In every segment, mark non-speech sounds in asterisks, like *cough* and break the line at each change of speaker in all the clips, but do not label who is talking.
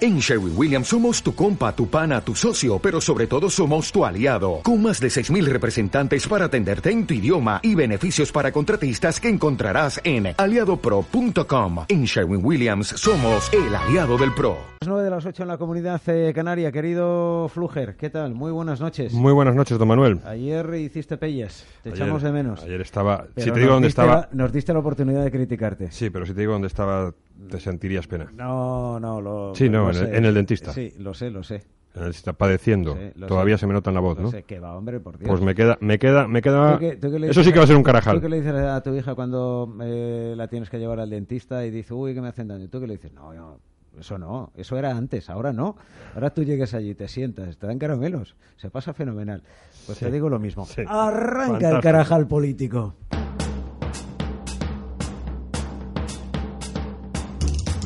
En Sherwin Williams somos tu compa, tu pana, tu socio, pero sobre todo somos tu aliado, con más de 6.000 representantes para atenderte en tu idioma y beneficios para contratistas que encontrarás en aliadopro.com. En Sherwin Williams somos el aliado del PRO.
Las 9 de las 8 en la comunidad eh, canaria, querido Fluger, ¿qué tal? Muy buenas noches.
Muy buenas noches, don Manuel.
Ayer hiciste pellas, te echamos de menos.
Ayer estaba.
Pero
si te
nos
digo dónde
diste
estaba.
la- nos diste la oportunidad de criticarte.
Sí, pero si te digo dónde estaba, te sentirías pena.
No, no, lo.
Sí, no,
lo
en el-
sé.
en el dentista.
Sí, lo sé, lo sé.
Eh, Está padeciendo.
Sí, lo
Todavía
sé.
se me nota en la voz,
lo
¿no?
sé. Que va, hombre, por Dios.
Pues me queda, me queda, me queda.
¿Tú qué- tú qué le
Eso
dices
sí que va a ser un carajal.
¿Tú qué le dices a tu hija cuando eh, la tienes que llevar al dentista y dice, uy, que me hacen daño? ¿Tú qué le dices? No, no, eso no, eso era antes, ahora no. Ahora tú llegas allí, te sientas, te dan caramelos, se pasa fenomenal. Pues te digo lo mismo.
Sí.
Arranca el
Fantástico.
carajal político.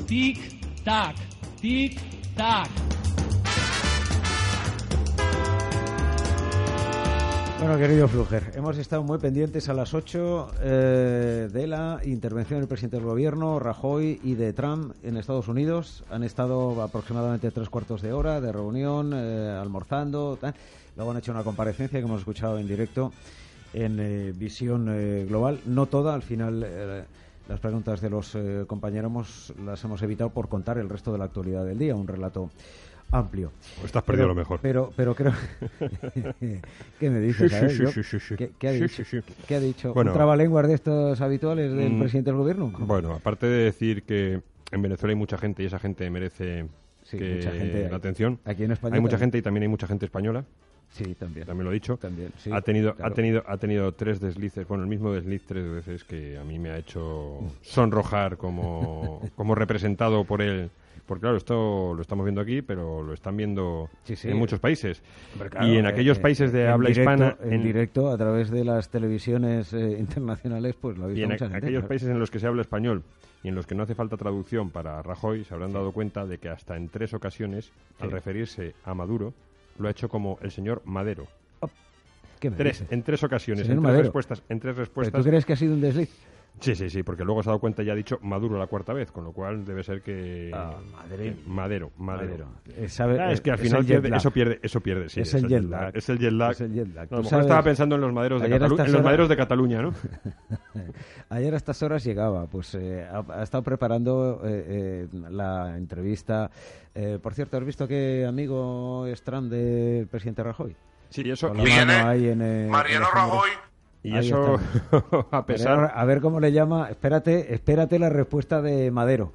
Tic tac, tic tac.
Bueno, querido Fluger, hemos estado muy pendientes a las 8 eh, de la intervención del presidente del gobierno, Rajoy, y de Trump en Estados Unidos. Han estado aproximadamente tres cuartos de hora de reunión, eh, almorzando. tal. Luego han hecho una comparecencia que hemos escuchado en directo en eh, Visión eh, Global. No toda, al final eh, las preguntas de los eh, compañeros las hemos evitado por contar el resto de la actualidad del día, un relato amplio.
Pues estás perdido
Pero-
lo mejor.
Pero, pero creo. *laughs* ¿Qué me dices?
Sí,
A ver,
sí,
yo-
sí, sí, sí.
¿Qué, qué ha
Sí,
dicho?
sí, sí.
¿Qué ha dicho?
Bueno.
¿Un trabalenguas de estos habituales del
Mm.
presidente del gobierno?
Bueno, aparte de decir que en Venezuela hay mucha gente y esa gente merece
Sí,
que-
mucha gente.
la atención.
Aquí en España
Hay mucha
también.
gente y también hay mucha gente española.
Sí, también.
también lo he dicho.
También, sí,
ha tenido,
claro.
ha tenido, ha tenido tres deslices, bueno, el mismo desliz tres veces que a mí me ha hecho sonrojar
*laughs*
como, como representado por él. Porque claro, esto lo estamos viendo aquí, pero lo están viendo
Sí, sí.
en muchos países.
Pero claro,
y en
eh,
aquellos
eh,
países de
en
habla
directo-
hispana,
En,
en-
directo, a través de las televisiones eh, internacionales, pues lo ha visto
y en
mucha
aqu-
gente.
aquellos
claro.
países en los que se habla español y en los que no hace falta traducción para Rajoy, se habrán dado cuenta de que hasta en tres ocasiones, al referirse a Maduro, lo ha hecho como el señor Madero.
¿Qué me
Tres,
dices?
en tres ocasiones,
Señor
en tres
Madero.
respuestas, en tres
¿Pero
respuestas.
¿Tú crees que ha sido un desliz?
Sí, sí, sí, porque luego se ha dado cuenta y ha dicho Maduro la cuarta vez, con lo cual debe ser que...
Ah, madre
que-
mía.
Madero, Madero.
Eh, sabe-
Ah, es que al
es
final
el jet
pierde-
lag.
eso pierde, eso pierde, sí,
Es el jet lag.
Es el jet lag.
Es el jet lag.
No, a
Tú
lo mejor
sabes-
estaba pensando en los maderos de,
Ayer a
Catalu-
estas
en los
horas-
maderos de Cataluña,
*laughs*
¿no?
Ayer a estas horas llegaba, pues eh, ha, ha estado preparando eh, eh, la entrevista. Eh, por cierto, ¿has visto qué amigo es Trump del presidente Rajoy?
Sí, y eso,
Con la
y,
Viene
mano ahí en, eh,
Mariano
en los hombros.
Rajoy.
y
Ahí
eso *laughs* a
Pero
pesar...
A ver cómo le llama. Espérate, espérate la respuesta de Madero.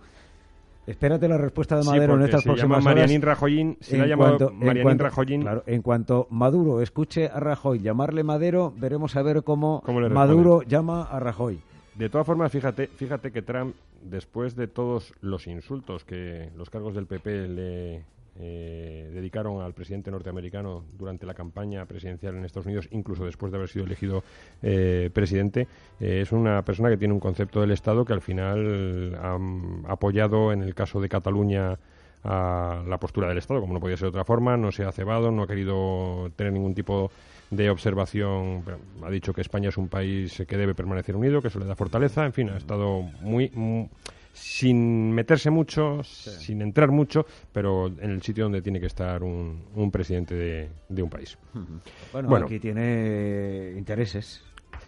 Espérate la respuesta de
sí,
Madero en
porque
estas
se llama
próximas horas.
Marianín Rajoyín, se le ha
En
llamado
cuanto- en
Marianín
cuanto-
Rajoyín.
claro, en cuanto Maduro escuche a Rajoy llamarle Madero, veremos a ver cómo,
¿Cómo le responde?
Maduro llama a Rajoy.
De todas formas, fíjate, fíjate que Trump, después de todos los insultos que los cargos del PP le eh, dedicaron al presidente norteamericano durante la campaña presidencial en Estados Unidos, incluso después de haber sido elegido eh, presidente, eh, es una persona que tiene un concepto del Estado que al final ha mm, apoyado en el caso de Cataluña a la postura del Estado, como no podía ser de otra forma, no se ha cebado, no ha querido tener ningún tipo de observación, pero ha dicho que España es un país que debe permanecer unido, que eso le da fortaleza, en fin, ha estado muy, mm, sin meterse mucho, sin entrar mucho, pero en el sitio donde tiene que estar un, un presidente de, de un país.
Hmm. Bueno,
Bueno.
aquí tiene intereses.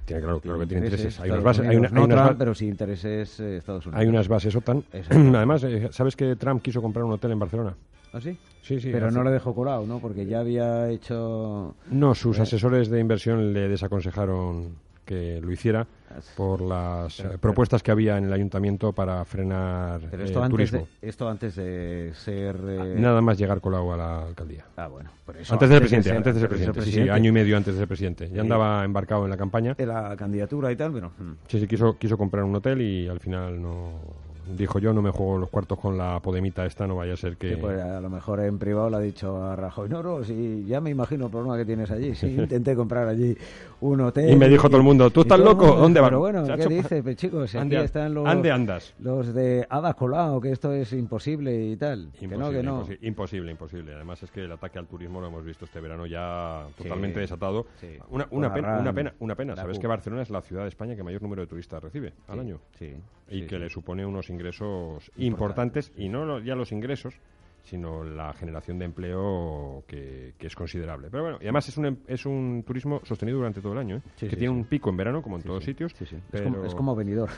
Tiene claro, claro que tiene intereses. Hay unas
Estados
bases, hay
Unidos,
una- hay
no
unas
Trump,
ba-
pero sí intereses eh, Estados Unidos.
hay unas bases OTAN.
Exacto.
*clears throat* Además, eh, ¿sabes que Trump quiso comprar un hotel en Barcelona?
¿Ah, sí?
Sí, sí,
Pero
hace-
no lo dejó colado, ¿no? Porque ya había hecho...
No,
Eh.
sus asesores de inversión le desaconsejaron que lo hiciera por las eh, propuestas que había en el ayuntamiento para frenar
Pero
eh,
esto,
el
antes,
turismo. Ah,
de, esto antes de ser... eh,
Nada más llegar Colau a la alcaldía.
Ah, bueno. por eso,
Antes del presidente,
ser-
antes de ser
antes de ser
presidente. Sí, sí, año y medio antes de ser presidente. Ya andaba embarcado en la campaña.
De la candidatura y tal, pero... mm.
Sí, sí, quiso, quiso comprar un hotel y al final no. Dijo yo, no me juego los cuartos con la Podemita esta, no vaya a ser que.
Sí, pues a lo mejor en privado le ha dicho a Rajoy, no, no, sí, ya me imagino el problema que tienes allí.
*laughs*
Sí, intenté comprar allí un hotel.
Y me dijo todo el mundo, "¿Tú
y
estás
todo el
loco?
mundo,
¿Dónde
Pero
van?"
bueno, ¿qué
Chacho,
dices, pues, chicos? Si aquí
ande-
están los,
ande andas.
los de Ada Colau, que esto es imposible y tal. Que no, que no.
imposi- imposible, imposible. Además es que el ataque al turismo lo hemos visto este verano ya totalmente
Sí.
desatado.
Sí.
Una, una
Con
pena,
Arran,
una pena, una pena.
la
Sabes
Cuba.
que Barcelona es la ciudad de España que mayor número de turistas recibe al año
Sí. sí,
y que
sí.
le supone unos ingresos importantes y no lo- ya los ingresos, sino la generación de empleo que, que es considerable. Pero bueno, y además es un, em- es un turismo sostenido durante todo el año, ¿eh?
Sí, sí,
que tiene
sí.
un pico en verano, como en todos
sí,
sitios.
sí, sí. Es,
pero-
como, es como venidor.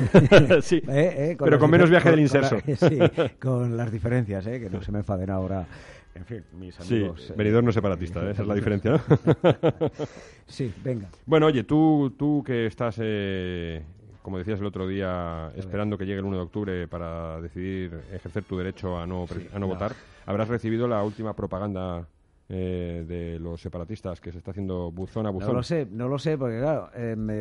*laughs* Sí,
*laughs* Eh, eh,
pero
las
con menos
difer-
viaje del
con-
inserso.
con la- *laughs*
*laughs*
sí, con las diferencias, eh, que no se me enfaden ahora. En fin, mis
Sí,
amigos. eh,
venidor no separatista, ¿eh? esa
*laughs*
es la diferencia. ¿no?
Sí, venga.
Bueno, oye, tú, tú que estás, eh, como decías el otro día, esperando que llegue el 1 de octubre para decidir ejercer tu derecho a no, pre- a
no.
no votar, habrás recibido la última propaganda eh, de los separatistas que se está haciendo buzón a
No
buzón.
lo sé, no lo sé, porque claro, eh, me,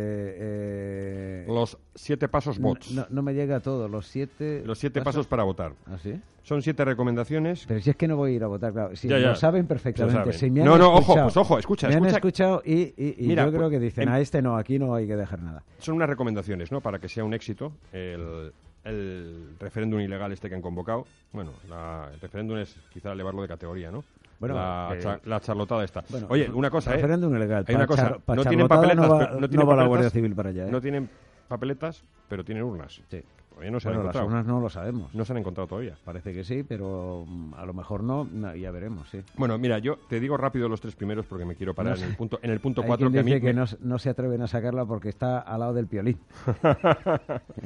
eh,
Los siete pasos bots.
No, no me llega todo. Los siete.
los siete pasos para votar.
¿Ah, sí?
Son siete recomendaciones.
Pero si es que no voy a ir a votar, claro. Sí,
Ya, ya.
Lo saben
Lo
perfectamente.
saben.
Si me han
No, no, ojo,
escuchado-
pues ojo, escucha,
Me han
escucha.
escuchado y, y- y
Mira,
yo creo
pues,
que dicen,
em-
a este no, aquí no hay que dejar nada.
Son unas recomendaciones, ¿no? Para que sea un éxito el, el referéndum ilegal este que han convocado. Bueno, la- el referéndum es quizá elevarlo de categoría, ¿no?
Bueno,
la,
eh,
cha- la charlotada esta.
Bueno,
Oye, una cosa, ¿eh?
referéndum ilegal.
Hay una
Pa
cosa.
char- pa
no tienen
charlotada
papeletas,
no va-
pero-
no va
tienen
la
papeletas,
Guardia Civil para allá, ¿eh?
No tienen papeletas, pero tienen urnas.
Sí.
Todavía no se
Bueno,
han
las
encontrado.
urnas no lo sabemos.
No se han encontrado todavía.
Parece que sí, pero mm, a lo mejor no, no, ya veremos, sí.
Bueno, mira, yo te digo rápido los tres primeros porque me quiero parar
No sé.
en el punto en el punto
Hay
4
quien
que ¿eh? a mí
dice que
me-
no, s- no se atreven a sacarla porque está al lado del piolín.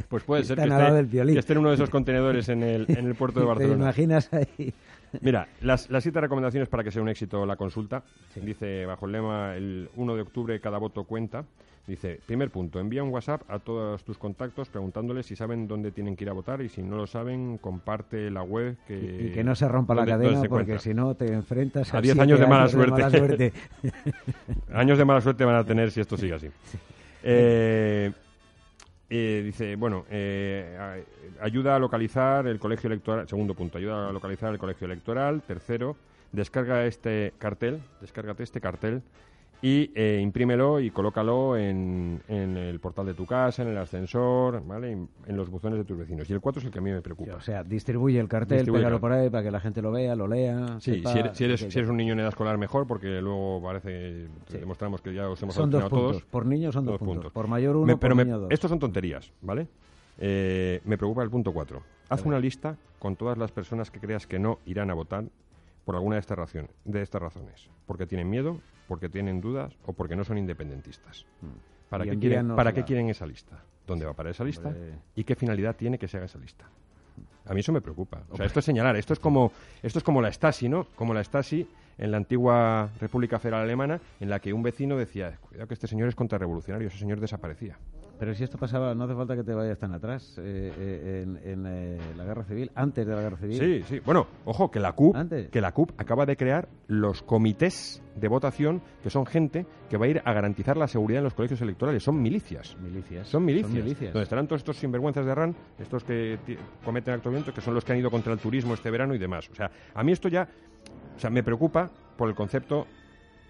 pues puede ser que
Están al lado
esté,
del violín.
que esté en uno de esos contenedores en el, en
*laughs*
el puerto de
¿Te
Barcelona.
imaginas ahí?
*laughs* Mira, las, las siete recomendaciones para que sea un éxito la consulta. Dice, bajo el lema, el 1 de octubre cada voto cuenta. Dice, primer punto, envía un WhatsApp a todos tus contactos preguntándoles si saben dónde tienen que ir a votar y si no lo saben, comparte la web que...
Y, y que no se rompa la
donde- donde
cadena
se
porque
encuentra.
si no te enfrentas
A 10
siete
años de mala suerte. *laughs*
suerte.
Años de mala suerte van a tener si esto sigue
*laughs*
así. Eh, eh, dice, bueno, eh, a- ayuda a localizar el colegio electoral. Segundo punto, ayuda a localizar el colegio electoral. Tercero, descarga este cartel, descárgate este cartel y eh, imprímelo y colócalo en, en el portal de tu casa, en el ascensor, ¿vale? En, en los buzones de tus vecinos. Y el cuatro es el que a mí me preocupa.
o sea, distribuye el cartel,
Distribuye el
pégalo
cartel.
por ahí para que la gente lo vea, lo lea.
Sí,
sepa
si eres, si, eres,
aquello.
si eres un niño en edad escolar, mejor, porque luego parece que demostramos que ya os hemos
son dos
alucinado
puntos.
todos.
Por niño son dos, puntos. Por mayor uno,
Me-
por
pero me-
niño dos.
Estos son tonterías, ¿vale? Eh, me preocupa el punto 4. Haz una lista con todas las personas que creas que no irán a votar por alguna de estas, racion- de estas razones. Porque tienen miedo, porque tienen dudas o porque no son independentistas. ¿Para,
Mm. Y
qué quieren,
envíanos
¿para qué
la-
quieren esa lista? ¿Dónde va para esa lista?
Hombre.
¿Y qué finalidad tiene que se haga esa lista? A mí eso me preocupa. O sea, esto es señalar, esto es como esto es como la Stasi, ¿no? Como la Stasi en la antigua República Federal Alemana, en la que un vecino decía, cuidado que este señor es contrarrevolucionario, ese señor desaparecía.
Pero si esto pasaba, no hace falta que te vayas tan atrás eh, eh, en, en, eh, la guerra civil, antes de la guerra civil.
Sí, sí. Bueno, ojo, que la CUP,
Antes.
que la CUP acaba de crear los comités de votación, que son gente que va a ir a garantizar la seguridad en los colegios electorales, son milicias.
Milicias.
Son milicias. Donde estarán todos estos sinvergüenzas de RAN, estos que ti- cometen actos violentos, que son los que han ido contra el turismo este verano y demás. O sea, a mí esto ya, o sea, me preocupa por el concepto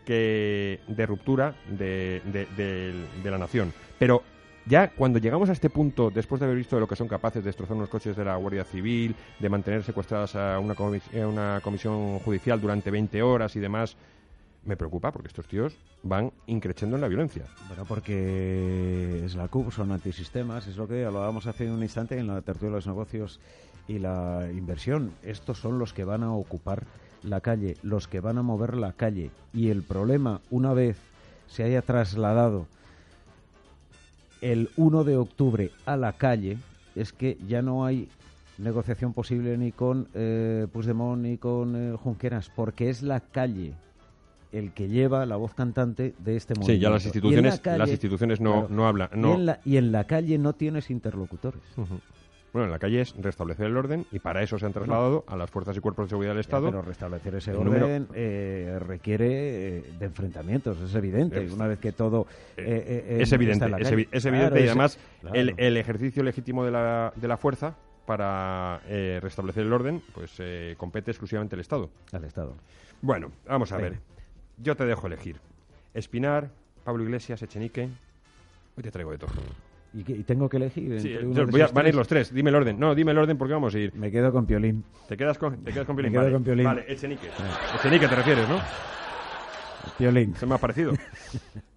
que de ruptura de, de- de- de la nación. Pero ya cuando llegamos a este punto, después de haber visto de lo que son capaces de destrozar unos coches de la Guardia Civil, de mantener secuestradas a una, comis- a una comisión judicial durante 20 horas y demás, me preocupa porque estos tíos van increciendo en la violencia.
Bueno, porque es la CUP, son antisistemas, es lo que hablábamos hace un instante en la tertulia de los negocios y la inversión. Estos son los que van a ocupar la calle, los que van a mover la calle. Y el problema, una vez se haya trasladado el 1 de octubre a la calle, es que ya no hay negociación posible ni con eh, Puigdemont ni con eh, Junqueras, porque es la calle el que lleva la voz cantante de este movimiento.
Sí, ya las
Y en
instituciones,
la calle-
las instituciones no,
claro.
no hablan.
Y,
No. Mm.
en la, y en la calle no tienes interlocutores.
Ujú. Bueno, en la calle es restablecer el orden y para eso se han trasladado a las fuerzas y cuerpos de seguridad del Estado.
Pero eh, restablecer ese
el
orden
número-
eh, requiere eh, de enfrentamientos, es evidente.
Es-
Una vez que todo eh, eh, eh,
es
está
evidente,
en la
es,
calle.
evi- es evidente
Claro,
y
es-
además
claro.
el, el ejercicio legítimo de la, de la fuerza para eh, restablecer el orden pues eh, compete exclusivamente al Estado.
al Estado.
Bueno, vamos a
Venga.
ver. Yo te dejo elegir. Espinar, Pablo Iglesias, Echenique. Hoy te traigo de todo.
Y, que- y tengo que elegir.
Sí,
entre uno
yo-
de
voy a-
esos
van a ir
tres.
los tres. Dime el orden. No, dime el orden porque vamos a ir.
Me quedo con Piolín.
¿Te quedas con, te quedas con
Me
Piolín?
quedo
Vale.
con Piolín.
Vale, Echenique. Echenique te refieres, ¿no?
Piolín.
Se me
*laughs*
ha parecido.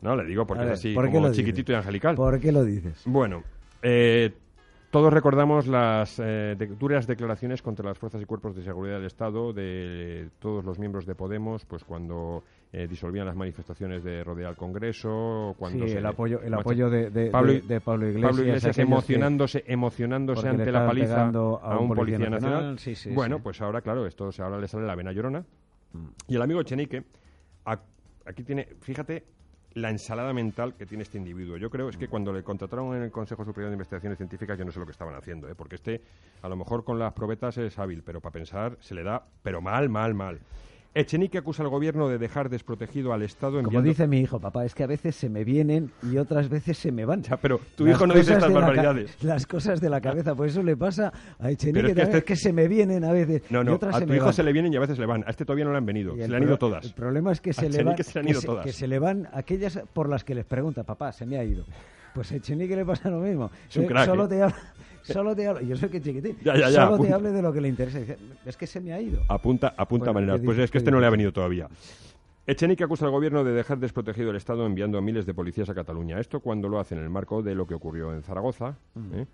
No, le digo porque
A ver,
es así
¿por qué
como
lo dices?
chiquitito y angelical.
¿Por qué lo dices?
Bueno, eh, Todos recordamos las eh, de- duras declaraciones contra las fuerzas y cuerpos de seguridad del Estado de todos los miembros de Podemos, pues cuando eh, disolvían las manifestaciones de rodear al Congreso, cuando
Sí,
se-
el apoyo, el
macha-
apoyo de, de-
Pablo,
de- de Pablo Iglesias.
Pablo Iglesias
aquellos que-
emocionándose, emocionándose
porque le
ante la
estaban
paliza
pegando
a un policía nacional.
Sí, sí, Mm.
bueno,
sí.
pues ahora, claro, esto se- ahora le sale la vena llorona. Y el amigo Chenique, a- aquí tiene, fíjate la ensalada mental que tiene este individuo. Yo creo es
Mm.
que cuando le contrataron en el Consejo Superior de Investigaciones Científicas, yo no sé lo que estaban haciendo, ¿eh? porque este, a lo mejor con las probetas es hábil, pero para pensar se le da, pero mal, mal, mal. Echenique acusa al gobierno de dejar desprotegido al Estado
Como
enviando...
dice mi hijo, papá, es que a veces se me vienen y otras veces se me van.
Ya, pero tu
Las
hijo no dice
cosas
estas
de la ca-
barbaridades.
las cosas de la cabeza, por eso le pasa a Echenique
Pero es que
también,
este-
es que se me vienen a veces
No,
y
no,
otras
a
se
tu
me
hijo
van.
se le vienen y a veces le van. A este todavía no le han venido,
Y
se
el
le han ido
pro-
todas.
El problema es
*laughs*
que se,
A
le,
Chenique
van,
se le han
que
ido
se-
todas.
que se le van aquellas por las que les pregunta, papá, se me ha ido. Pues a Echenique le pasa lo mismo.
Es un
Eh,
crack,
solo
¿eh?
te habla, solo te habla, yo soy que chiquitín,
Ya, ya, ya,
solo te
apunta.
hable de lo que le interesa. Dice, Es que se me ha ido.
Apunta, apunta
Bueno,
maneras.
¿qué
Pues
dices?
es que
¿Qué
este no le ha
dices?
venido todavía. Echenique acusa al gobierno de dejar desprotegido el Estado enviando a miles de policías a Cataluña. Esto cuando lo hace en el marco de lo que ocurrió en Zaragoza, ¿eh?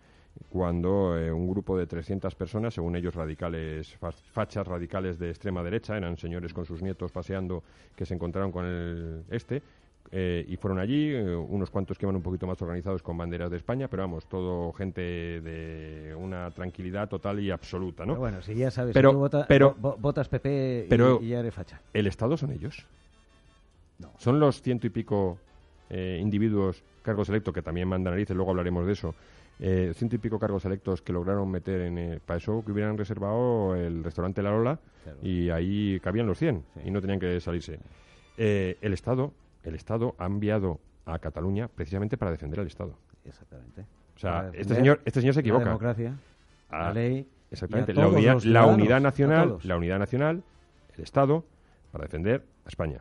cuando eh, un grupo de 300 personas, según ellos radicales, fa- fachas radicales de extrema derecha, eran señores con sus nietos paseando que se encontraron con el este, eh, y fueron allí, eh, unos cuantos que iban un poquito más organizados con banderas de España, pero vamos, todo gente de una tranquilidad total y absoluta, Ah, ¿no?
Pero bueno, si ya sabes,
Pero-
si tú vota-
pero-
vo- votas PP y-
pero-
y, ya eres facha.
¿El Estado son ellos? Son los ciento y pico eh, individuos, cargos electos, que también mandan narices, luego hablaremos de eso. eh, ciento y pico cargos electos que lograron meter en. eh, para eso que hubieran reservado el restaurante La Lola
Claro.
y ahí cabían los 100 y no tenían que salirse. Eh, el Estado, el Estado ha enviado a Cataluña precisamente para defender al Estado.
Exactamente.
O sea,
Para
este
defender
señor, este señor se
La
equivoca.
democracia,
Ah,
la ley.
Exactamente.
y a
La
todos
unidad,
los
la
ciudadanos,
unidad
a
nacional,
todos.
la unidad nacional, el Estado, para defender a España.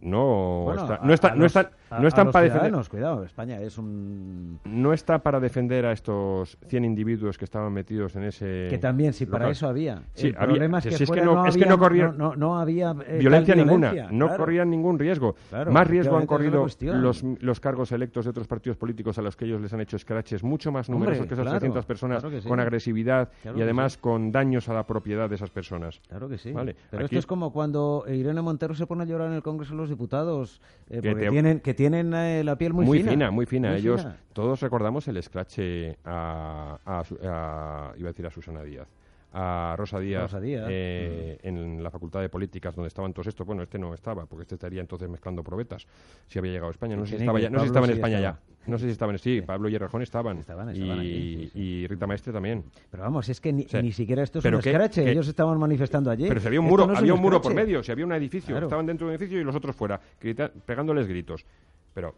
No,
Mm. Bueno,
está-
a-
no, está-
a
no,
los-
está-
a-
no
a
están
los
para defender,
ciudadanos, Cuidado, España es un.
no está para defender a estos 100 individuos que estaban metidos en ese.
Que también, si para
local.
eso había.
Sí,
el
había-
problema es
si
que,
es que
fuera
no-
no
es que
había-
no corría-
no, no había eh, tal
violencia ninguna,
violencia,
no
claro.
corrían ningún riesgo.
Claro,
más riesgo han
efectivamente, esa es la
corrido
cuestión.
los, los cargos electos de otros partidos políticos a los que ellos les han hecho scratches mucho más
Hombre,
numerosos que esas
claro,
300 personas
claro que sí.
con agresividad
Claro
y
que
además con daños a la propiedad de esas personas.
Claro que sí.
Vale,
Pero
aquí-
esto es como cuando Irene Montero se pone a llorar en el Congreso de los Diputados, eh,
Que
porque
te-
tienen, que tienen eh, la piel muy, fina.
muy fina.
Muy
Ellos
fina.
todos recordamos el scratch a, a Su- a- iba a decir a Susana Díaz, a Rosa Díaz,
Rosa Díaz.
eh, en la Facultad de Políticas donde estaban todos estos. Bueno, este no estaba porque este estaría entonces mezclando probetas. Si había llegado a España, no sé si
Tiene
estaba
que-
ya, no sé
Pablo
si estaba en
sí
España
estaba.
ya. No sé si estaban, sí, Pablo y Rajón estaban,
Estaban,
y,
estaban allí, sí, sí.
y Rita Maestre también.
Pero vamos, es que ni,
O sea,
ni siquiera esto es
pero
un
que-
escrache.
que-
Ellos estaban manifestando allí.
Pero si había un
Esto
muro,
no es
había un muro por
escrache.
medio, si había un edificio,
Claro.
estaban dentro de un edificio y los otros fuera, grita- pegándoles gritos. Pero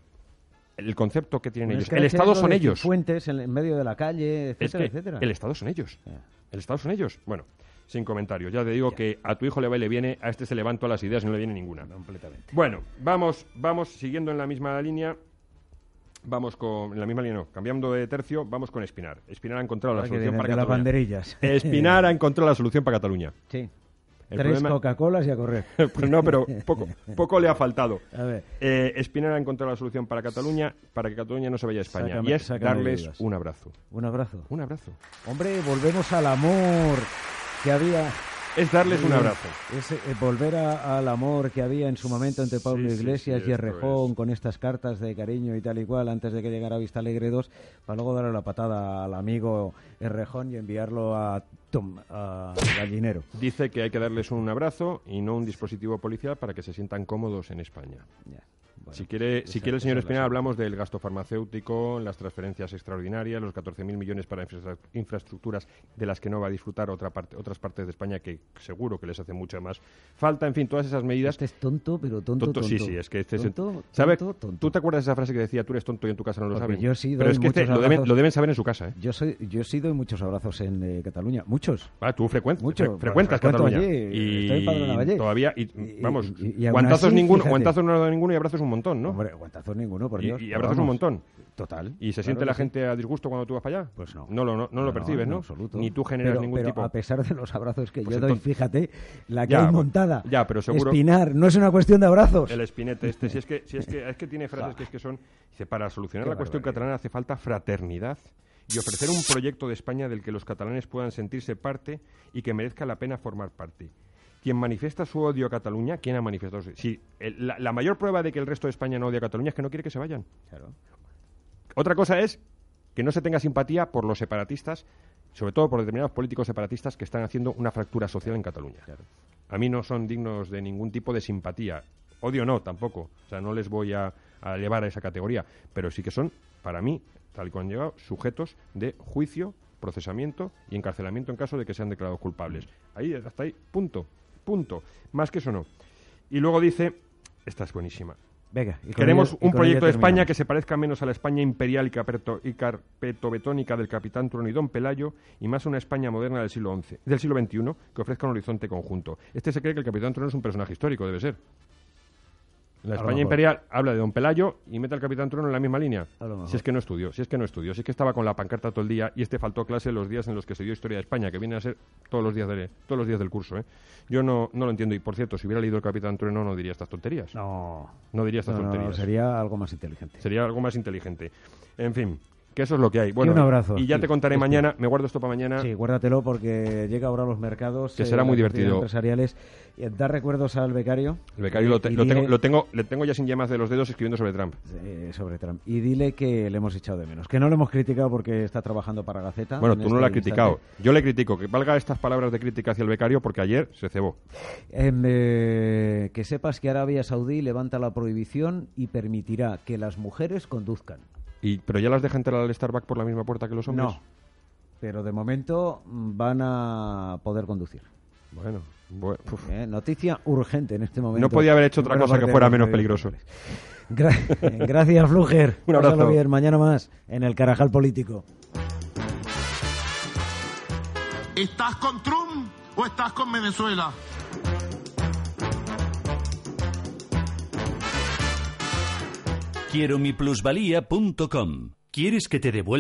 el concepto que tienen
Un
ellos,
escrache
el
es
Estado
lo
son
de
ellos.
Fuentes en, en medio de la calle,
Es
etcétera,
que
etcétera.
el Estado son ellos.
Ya.
El Estado son ellos. Bueno, sin comentarios. Ya te digo que a tu hijo le va y le viene, a este se le van todas las ideas y no le viene ninguna.
Completamente.
Bueno, vamos, vamos siguiendo en la misma línea. Vamos con. En la misma línea, no. Cambiando de tercio, vamos con Espinar. Espinar ha encontrado la
Ahora que
solución
vienen
para
de las
Cataluña.
banderillas.
Espinar ha encontrado la solución para Cataluña.
*laughs* Sí.
El
Tres
problema-
Coca-Colas y a correr.
Pues no, pero poco, poco le ha faltado.
A ver.
Eh, Espinar ha encontrado la solución para Cataluña, para que Cataluña no se vaya a España.
Sácame-
y es
sácame
darles
dudas.
un abrazo.
Un abrazo.
Un abrazo.
Hombre, volvemos al amor que había.
Es darles un
Eh,
abrazo.
ese, eh, volver a- al amor que había en su momento entre Pablo
Sí, sí,
Iglesias
sí,
y
esto
Errejón
es.
con estas cartas de cariño y tal y cual antes de que llegara a Vista Alegre 2 para luego darle la patada al amigo Errejón y enviarlo a, Tom, a Gallinero.
Dice que hay que darles un abrazo y no un dispositivo policial para que se sientan cómodos en España.
Ya, bueno.
si quiere, si
esa-
quiere el señor
esa es la
Espinar,
solución.
hablamos del gasto farmacéutico, las transferencias extraordinarias, los 14.000 millones para infra- infraestructuras de las que no va a disfrutar otra parte, otras partes de España que seguro que les hace mucha más falta. En fin, todas esas medidas.
Este es tonto, pero tonto, tonto.
sí, sí, es que este es.
tonto,
¿Sabe?
tonto, tonto.
¿Tú te acuerdas de esa frase que decía tú eres tonto y en tu casa no lo
Porque
saben?
yo sí
Pero
doy
es que este
muchos
lo deben,
abrazos.
lo deben saber en su casa, ¿eh?
Yo, soy, yo he sido muchos abrazos en eh, Cataluña, muchos.
Ah, tú frecuen-
Mucho,
fre-
pues,
frecuentas
frecuento
Cataluña.
allí, estoy para Navallés.
todavía, y,
Y-
vamos,
y- y aún
guantazos
así,
ninguno,
fíjate.
guantazos no ha dado ninguno y abrazos un montón, ¿no?
Hombre, guantazos ninguno, por
Y-
Dios.
y,
pero
abrazos un
vamos.
montón.
Total.
¿Y se
claro
siente
que
la
sí.
gente a disgusto cuando tú vas para allá?
Pues no.
No lo, no, no lo percibes,
en
¿no?
absoluto.
Ni tú generas
Pero-
ningún
pero
tipo.
A pesar de los abrazos que
Pues
yo doy,
entonces-
fíjate, la que
Ya,
hay montada.
ya, pero seguro-
Espinar, no es una cuestión de abrazos.
El espinete este. Si
*laughs*
es que, si es que, es que tiene frases que, es que son. Dice, para solucionar
Qué
la cuestión
barbaridad.
catalana hace falta fraternidad y ofrecer un proyecto de España del que los catalanes puedan sentirse parte y que merezca la pena formar parte. Quien manifiesta su odio a Cataluña, ¿quién ha manifestado? su- Si el- la, la mayor prueba de que el resto de España no odia a Cataluña es que no quiere que se vayan.
Claro.
Otra cosa es que no se tenga simpatía por los separatistas, sobre todo por determinados políticos separatistas que están haciendo una fractura social en Cataluña. A mí no son dignos de ningún tipo de simpatía. Odio no, tampoco. O sea, no les voy a, a elevar a esa categoría. Pero sí que son, para mí, tal y como han llegado, sujetos de juicio, procesamiento y encarcelamiento en caso de que sean declarados culpables. Ahí, hasta ahí, punto. Punto. Más que eso no. Y luego dice, esta es buenísima.
Venga, y con
Queremos
ello- y
un
con
proyecto
ello
de España
terminamos.
que se parezca menos a la España imperial y, caperto- y carpetobetónica del capitán Tronidón Pelayo y más a una España moderna del siglo, XI del siglo XXI que ofrezca un horizonte conjunto. Este se cree que el capitán Trono es un personaje histórico, debe ser. La España
mejor.
imperial habla de Don Pelayo y mete al capitán Trono en la misma línea.
A lo mejor.
Si es que no estudió, si es que no estudió, si es que estaba con la pancarta todo el día y este faltó clase los días en los que se dio historia de España, que viene a ser todos los días, de, todos los días del curso. ¿eh? Yo no, no lo entiendo y, por cierto, si hubiera leído el capitán Trono no diría estas tonterías. No,
No.
diría estas
No, no,
tonterías.
sería algo más inteligente.
Sería algo más inteligente. En fin, que eso es lo que hay. Bueno,
un abrazo.
Y ya
Sí,
te contaré
sí.
mañana, me guardo esto para mañana.
Sí, guárdatelo porque llega ahora a los mercados.
Que será muy
las actividades
divertido.
Empresariales. Eh, Da recuerdos al becario.
El becario lo, te-
Y
lo tengo,
dile-
lo tengo, le tengo ya sin yemas de los dedos escribiendo sobre Trump.
eh, sobre Trump. Y dile que le hemos echado de menos. Que no lo hemos criticado porque está trabajando para Gaceta.
Bueno,
en
tú no
este
lo has criticado.
instante.
Yo le critico. Que valga estas palabras de crítica hacia el becario porque ayer se cebó.
Em, eh, que sepas que Arabia Saudí levanta la prohibición y permitirá que las mujeres conduzcan.
Y, ¿Pero ya las deja entrar al Starbucks por la misma puerta que los hombres?
No. Pero de momento mm, van a poder conducir.
Bueno, bueno, uf.
Eh, Noticia urgente en este momento.
no podía haber hecho otra
Buena
cosa que
parte
fuera
de los
menos
medios
peligroso.
*laughs* Gra- *laughs* Gracias, Fluger.
Un abrazo.
Pásalo bien. Mañana más en el Carajal Político.
¿Estás con Trump o estás con Venezuela?
Quiero mi plusvalía.com. ¿Quieres que te devuelva?